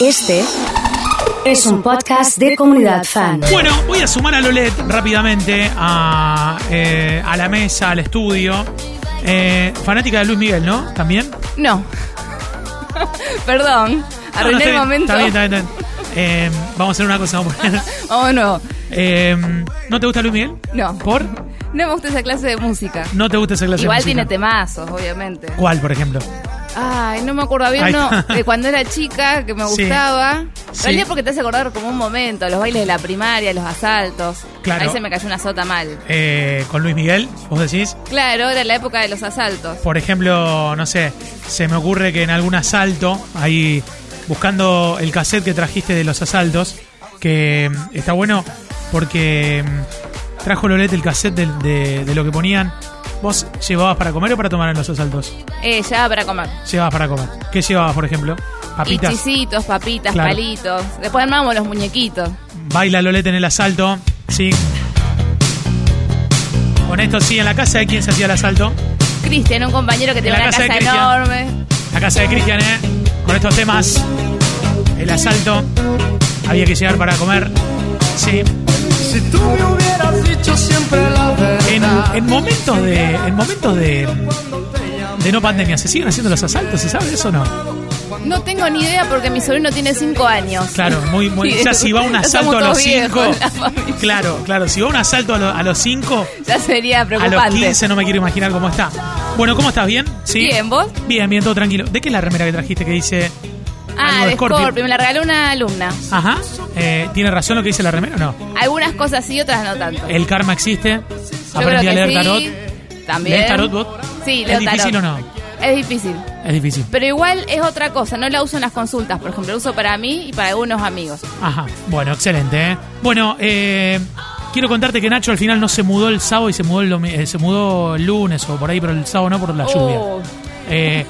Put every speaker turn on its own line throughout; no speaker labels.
Este es un podcast de comunidad fan.
Bueno, voy a sumar a Lolet rápidamente a, eh, a la mesa, al estudio. Eh, fanática de Luis Miguel, ¿no? También.
No. Perdón.
No, no,
Arruiné
está
el
bien,
momento.
Está bien, está bien, está bien. Eh, vamos a hacer una cosa. vamos a poner-
Oh, no.
Eh, ¿No te gusta Luis Miguel?
No.
¿Por?
No me gusta esa clase de música.
No te gusta esa clase de
Igual
música.
tiene temazos, obviamente.
¿Cuál, por ejemplo?
Ay, no me acuerdo bien
Ahí
uno
está.
de cuando era chica que me
Sí.
gustaba. En
Sí.
realidad porque te hace acordar como un momento, los bailes de la primaria, los asaltos.
Claro.
Ahí se me cayó una sota mal.
Eh, con Luis Miguel, vos decís.
Claro, era la época de los asaltos.
Por ejemplo, no sé, se me ocurre que en algún asalto, ahí buscando el cassette que trajiste de los asaltos, que mm, está bueno porque mm, trajo Lolet el cassette del- de, de lo que ponían. ¿Vos llevabas para comer o para tomar en los asaltos?
Eh, ya para comer.
Llevabas para comer. ¿Qué llevabas, por ejemplo?
Y
Papitas.
chisitos, papitas,
Claro.
palitos. Después armamos los muñequitos.
Baila Lolet en el asalto. Sí. Con esto sí, en la casa de quién se hacía el asalto.
Cristian, un compañero que
En
tenía
la
una
casa de
casa
Cristian.
enorme.
La casa de Cristian, ¿eh? Con estos temas. El asalto. Había que llegar para comer. Sí.
Si tú me hubieras dicho siempre la
En,
verdad.
en momentos de. En momentos de. De no pandemia, ¿se siguen haciendo los asaltos? ¿Se sabe eso o no?
No tengo ni idea porque mi sobrino tiene 5 años.
Claro, muy, muy.
Sí.
Ya si va un
Ya
asalto a
somos
los
todos viejos,
cinco.
la familia.
Claro, claro. Si va un asalto a, lo- a los cinco,
Ya sería
a los
preocupante.
15 no me quiero imaginar cómo está. Bueno, ¿cómo estás? ¿Bien? ¿Sí?
Bien, ¿vos?
Bien, bien, todo tranquilo. ¿De qué es la remera que trajiste que dice.
Ah,
algo
de Scorpio, me la regaló una alumna.
Ajá. Eh, ¿Tiene razón lo que dice la remera o no?
Algunas cosas sí, otras no tanto.
El karma existe.
Yo
Aprendí a
creo
leer
que
tarot.
sí, También.
¿Lees tarot vos?
Sí,
¿Es
leo tarot.
difícil o no?
Es difícil.
Es difícil.
Pero igual es otra cosa, no la uso en las consultas, por ejemplo, la uso para mí y para algunos amigos.
Ajá. Bueno, excelente. ¿eh? Bueno, eh, quiero contarte que Nacho al final no se mudó el sábado y se mudó el, domi- eh, se mudó el lunes o por ahí, pero el sábado no por la lluvia.
Oh.
Eh,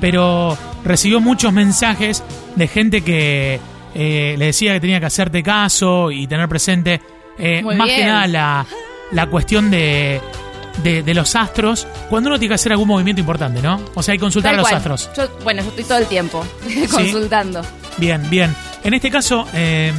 pero recibió muchos mensajes de gente que eh, le decía que tenía que hacerte caso y tener presente eh,
Muy
más que
bien.
nada la, la cuestión de, de- de los astros cuando uno tiene que hacer algún movimiento importante, ¿no? O sea, hay que consultar
Tal
a los
cual.
astros.
Yo, bueno, yo estoy todo el tiempo consultando.
Bien, bien. En este caso, eh,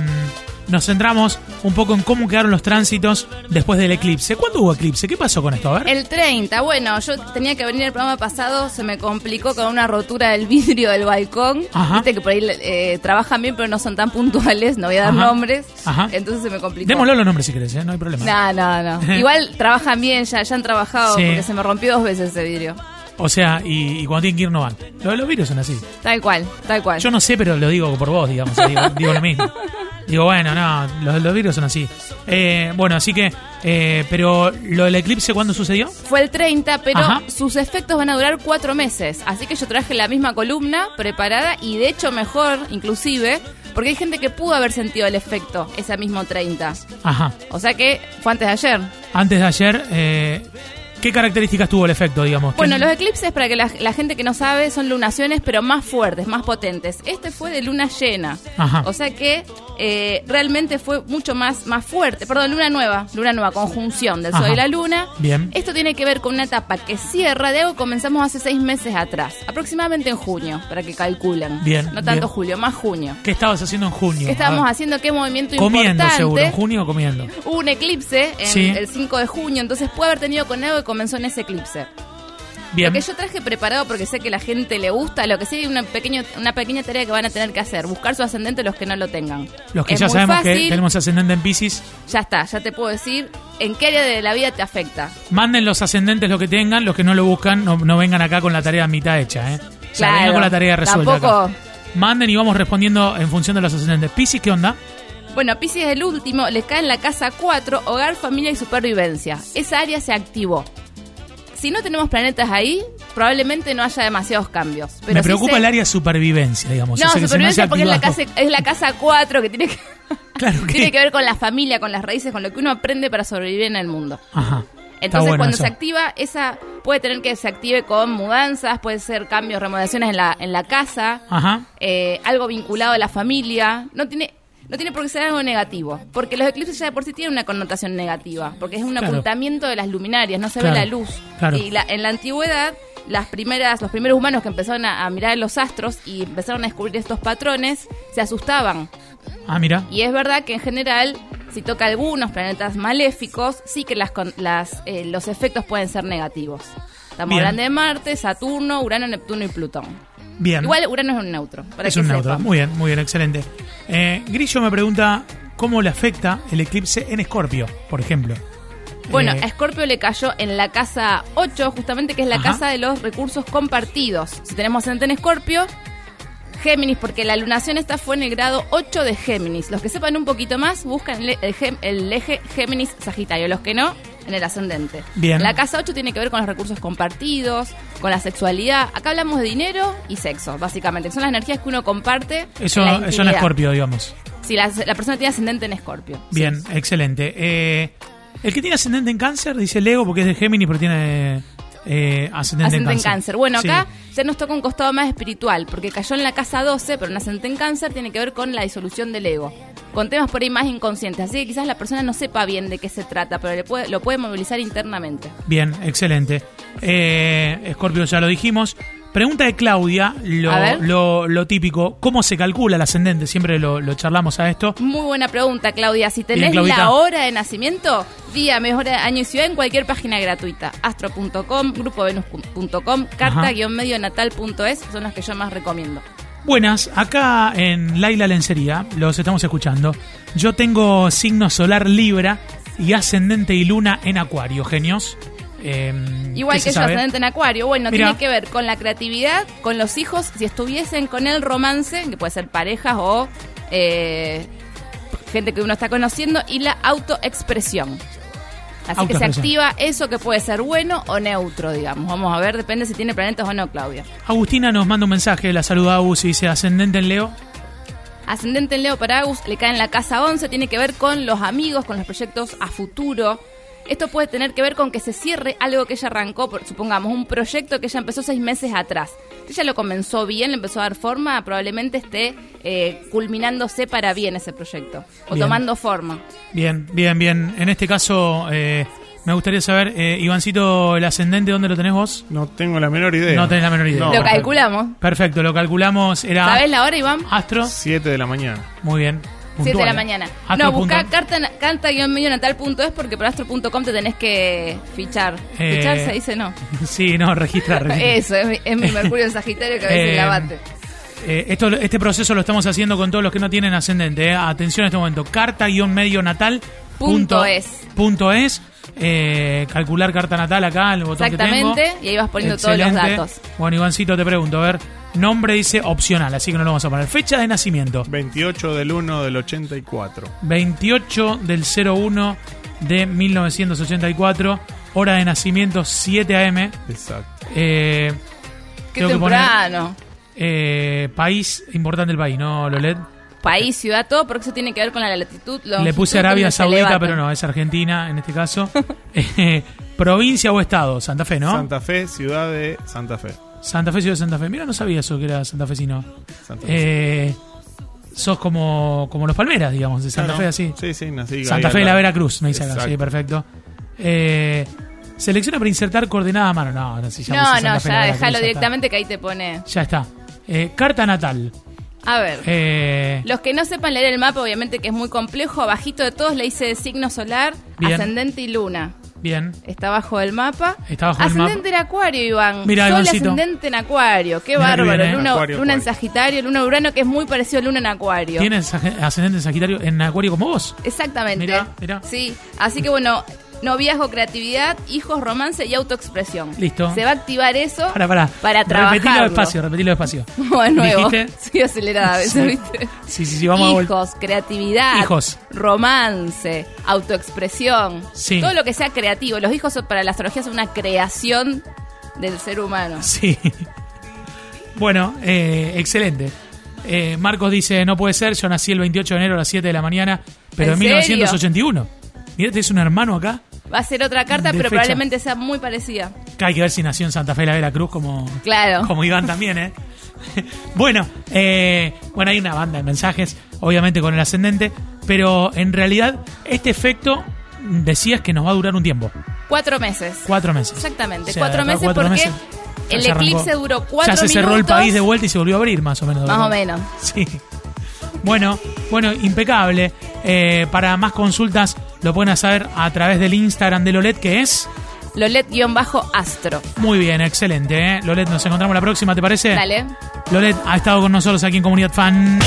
nos centramos un poco en cómo quedaron los tránsitos después del eclipse. ¿Cuándo hubo eclipse? ¿Qué pasó con esto? A ver.
El 30, bueno, yo tenía que venir el programa pasado, se me complicó con una rotura del vidrio del balcón.
Ajá.
Viste que por ahí eh, trabajan bien, pero no son tan puntuales, no voy a dar
Ajá.
nombres.
Ajá.
Entonces se me complicó.
Démosle los nombres si querés, ¿eh? no hay problema.
No, no, no. Igual trabajan bien, ya, ya han trabajado,
Sí.
porque se me rompió dos veces ese vidrio.
O sea, y, y cuando tienen que ir no van. Los, los virus son así.
Tal cual, tal cual.
Yo no sé, pero lo digo por vos, digamos. eh, Digo, digo lo mismo. Digo, bueno, no, los, los virus son así. Eh, bueno, así que, eh, pero lo del eclipse, ¿cuándo sucedió?
Fue el 30, pero
Ajá.
sus efectos van a durar cuatro meses. Así que yo traje la misma columna preparada y de hecho mejor, inclusive, porque hay gente que pudo haber sentido el efecto ese mismo 30.
Ajá.
O sea que fue antes de ayer.
Antes de ayer, eh, ¿qué características tuvo el efecto, digamos? ¿Qué-
Bueno, los eclipses, para que la, la gente que no sabe, son lunaciones, pero más fuertes, más potentes. Este fue de luna llena.
Ajá.
O sea que eh, realmente fue mucho más, más fuerte. Perdón, luna nueva. Luna nueva, conjunción del
Ajá.
sol y la luna.
Bien.
Esto tiene que ver con una etapa que cierra de algo que comenzamos hace seis meses atrás. Aproximadamente en junio, para que calculen.
Bien,
No tanto
bien.
julio, más junio.
¿Qué estabas haciendo en junio?
¿Qué
A
estábamos
ver.
haciendo? ¿Qué movimiento
Comiendo
importante?
seguro, en junio comiendo.
Hubo un eclipse en
Sí.
el 5 de junio, entonces puede haber tenido con algo que comenzó en ese eclipse.
Bien.
Lo que yo traje preparado porque sé que la gente le gusta, lo que sí hay una, pequeño, una pequeña tarea que van a tener que hacer, buscar su ascendente los que no lo tengan.
Los que
Es
ya
muy
sabemos que
fácil,
tenemos ascendente en Pisces,
Ya está, ya te puedo decir en qué área de la vida te afecta.
manden los ascendentes lo que tengan, los que no lo buscan, no, no vengan acá con la tarea a mitad hecha, ¿eh? O sea,
Claro,
vengan con la tarea resuelta. acá.
tampoco-
Manden y vamos respondiendo en función de los ascendentes. Pisces, ¿qué onda?
Bueno, Pisces es el último, les cae en la casa 4, hogar, familia y supervivencia. Esa área se activó. Si no tenemos planetas ahí, probablemente no haya demasiados cambios. Pero
me
sí
preocupa
sé-
el área supervivencia, digamos.
No,
o sea, que se me
supervivencia
haya
porque es la,
activado.
casa, es la casa 4 que tiene que,
Claro que-
tiene que ver con la familia, con las raíces, con lo que uno aprende para sobrevivir en el mundo.
Ajá. Está
Entonces
bueno
cuando
eso.
se activa, esa puede tener que se active con mudanzas, puede ser cambios, remodelaciones en la, en la casa,
Ajá.
eh, algo vinculado a la familia. No tiene, no tiene por qué ser algo negativo, porque los eclipses ya de por sí tienen una connotación negativa, porque es un
Claro.
apuntamiento de las luminarias, no se
Claro,
ve la luz.
claro.
Y la- en la antigüedad las primeras, los primeros humanos que empezaron a, a mirar los astros y empezaron a descubrir estos patrones, se asustaban.
Ah, mira.
Y es verdad que en general, si toca algunos planetas maléficos, sí que las, con- las, eh, los efectos pueden ser negativos. Estamos
Bien.
hablando de Marte, Saturno, Urano, Neptuno y Plutón.
Bien.
Igual Urano es un neutro. Para
es
que
un
sepa.
neutro. Muy bien, muy bien, excelente. Eh, Grillo me pregunta cómo le afecta el eclipse en Escorpio, por ejemplo.
Bueno,
Eh,
a Scorpio le cayó en la casa 8, justamente que es la
Ajá.
casa de los recursos compartidos. Si tenemos ascendente en Scorpio, Géminis, porque la lunación esta fue en el grado 8 de Géminis. Los que sepan un poquito más, buscan el, el gem- el eje Géminis-Sagitario. Los que no, en el ascendente.
Bien.
La casa 8 tiene que ver con los recursos compartidos, con la sexualidad. Acá hablamos de dinero y sexo, básicamente. que Son las energías que uno comparte.
eso,
en la
eso en
intimidad.
Escorpio, digamos.
Si la, la persona tiene ascendente en Escorpio.
Bien, excelente. Eh, el que tiene ascendente en cáncer, dice Lego, porque es de Géminis, pero tiene eh, ascendente,
Ascendente en cáncer. Bueno,
Sí.
acá ya nos toca un costado más espiritual, porque cayó en la casa 12, pero un ascendente en cáncer tiene que ver con la disolución del ego, con temas por ahí más inconscientes. Así que quizás la persona no sepa bien de qué se trata, pero le puede- lo puede movilizar internamente.
Bien, excelente. Eh, Scorpio ya lo dijimos. Pregunta de Claudia,
A
lo,
ver.
lo, lo típico, ¿cómo se calcula el ascendente? Siempre lo, lo charlamos a esto.
Muy buena pregunta, Claudia. Si tenés
Claudita.
la hora de nacimiento, día, mejor año y ciudad en cualquier página gratuita. Astro.com, grupovenus.com, carta-medionatal.es son las que yo más recomiendo.
Buenas, acá en Laila Lencería, los estamos escuchando. Yo tengo signo solar Libra y ascendente y luna en Acuario, genios. Eh,
Igual
¿qué se
que yo,
sabe?
ascendente en Acuario. Bueno,
Mirá.
tiene que ver con la creatividad, con los hijos, si estuviesen con el romance, que puede ser parejas o eh, gente que uno está conociendo, y la autoexpresión. Así que se
Autoexpresión.
activa eso que puede ser bueno o neutro, digamos. Vamos a ver, depende si tiene planetas o no, Claudia.
Agustina nos manda un mensaje, la saluda Agus y dice ascendente en Leo.
Ascendente en Leo para Agus le cae en la casa 11, tiene que ver con los amigos, con los proyectos a futuro. Esto puede tener que ver con que se cierre algo que ella arrancó, por, supongamos, un proyecto que ella empezó seis meses atrás. Si Ella lo comenzó bien, le empezó a dar forma, probablemente esté eh, culminándose para bien ese proyecto o
Bien.
tomando forma.
Bien, bien, bien. En este caso, eh, me gustaría saber, eh, Ivancito, el ascendente, ¿dónde lo tenés vos?
No tengo la menor idea.
No tenés la menor idea.
No,
Lo
lo
perfecto.
calculamos.
Perfecto, lo calculamos, era
¿Sabes la hora, Iván?
Astro.
Siete de la mañana.
Muy bien.
7 de la
puntual.
mañana.
Astro
No, busca
punto-
carta-medionatal.es porque por astro.com te tenés que fichar.
Eh,
Fichar se dice no.
Sí, no, registrar. registrar.
Eso, es mi, es mi Mercurio en Sagitario que a veces
Eh,
la bate.
eh, esto, este proceso lo estamos haciendo con todos los que no tienen ascendente. eh. Atención en este momento. Carta-medio-natal.
Punto es.
Punto es. Eh, calcular carta natal acá, el botón
Exactamente,
que tengo.
y ahí vas poniendo todos los
Excelente.
datos.
Bueno, Ivancito, te pregunto, a ver. Nombre dice opcional, así que no lo vamos a poner. Fecha de nacimiento.
28 del 1 del 84.
28 del 01 de 1984. Hora de nacimiento 7 a.m.
Exacto.
Eh,
Qué
tengo que poner-
temprano.
Eh, país, importante el país, ¿no, Lolet?
País, ciudad, todo, porque eso tiene que ver con la latitud.
Le puse Arabia Saudita, pero no, es Argentina en este caso. Eh, provincia o estado, Santa Fe, ¿no? Santa,
Santa Fe, ciudad de Santa Fe.
Fe, ciudad de Santa Fe. Mira, no sabía eso que era santafesino.
Santa Fe.
Eh, sos como, como los Palmeras, digamos, de Santa
Claro.
Fe, así.
Ah, Sí, sí, nací. ahí
Santa
al
Fe de la
lado.
Veracruz, me dice acá.
Exacto.
Sí, perfecto. Eh, selecciona para insertar coordenada a mano. No, no, si ya
No,
puse
no,
Santa Fe de la
ya,
Veracruz,
déjalo
está.
directamente que ahí te pone.
Ya está. Eh, carta natal.
A ver.
Eh,
Los que no sepan leer el mapa, obviamente que es muy complejo, abajito de todos le hice signo solar,
Bien.
ascendente y luna.
bien.
Está abajo del mapa.
Está abajo del
ascendente
mapa.
en Acuario, Iván.
Mira,
Sol
Ivancito.
ascendente en Acuario. Qué
Mira qué
bárbaro.
bien, ¿eh?
Luna,
Acuario,
luna en
Acuario.
Sagitario, Luna en Urano, que es muy parecido a Luna en Acuario.
¿Tienes ag- ascendente en Sagitario en Acuario como vos?
Exactamente.
Mirá, mirá.
Sí. Así que bueno, noviazgo, creatividad, hijos, romance y autoexpresión.
Listo.
Se va a activar eso
Para, para.
para trabajarlo.
Repetilo despacio, repetilo despacio.
De nuevo.
¿Dijiste?
Soy acelerada a veces, ¿viste?
Sí, sí, sí, vamos a volver.
hijos, creatividad,
Hijos.
romance, autoexpresión.
Sí.
Todo lo que sea creativo. Los hijos son- para la astrología son una creación del ser humano.
Sí. Bueno, eh, excelente. Eh, Marcos dice, no puede ser, yo nací el 28 de enero a las 7 de la mañana, pero en
¿En
1981. Mirá, tenés un hermano acá.
Va a ser otra carta,
De
pero
fecha.
probablemente sea muy parecida.
Acá hay que ver si nació en Santa Fe de la Veracruz como,
Claro.
como Iván también, ¿eh? bueno, eh, bueno, hay una banda de mensajes, obviamente con el ascendente, pero en realidad este efecto mm, decías que nos va a durar un tiempo,
Cuatro meses.
cuatro meses.
Exactamente,
O sea,
cuatro
acá
meses porque
Ya
El
se arrancó.
eclipse duró cuatro
Ya se cerró el
minutos.
país de vuelta y se volvió a abrir, más o menos.
Más o
¿verdad?
menos.
Sí. Bueno, bueno, impecable. Eh, para más consultas lo pueden hacer a través del Instagram de Lolet, que es...
Lolet-astro.
Muy bien, excelente. ¿eh? Lolet, nos encontramos la próxima, ¿te parece?
Dale.
Lolet ha estado con nosotros aquí en Comunidad Fan.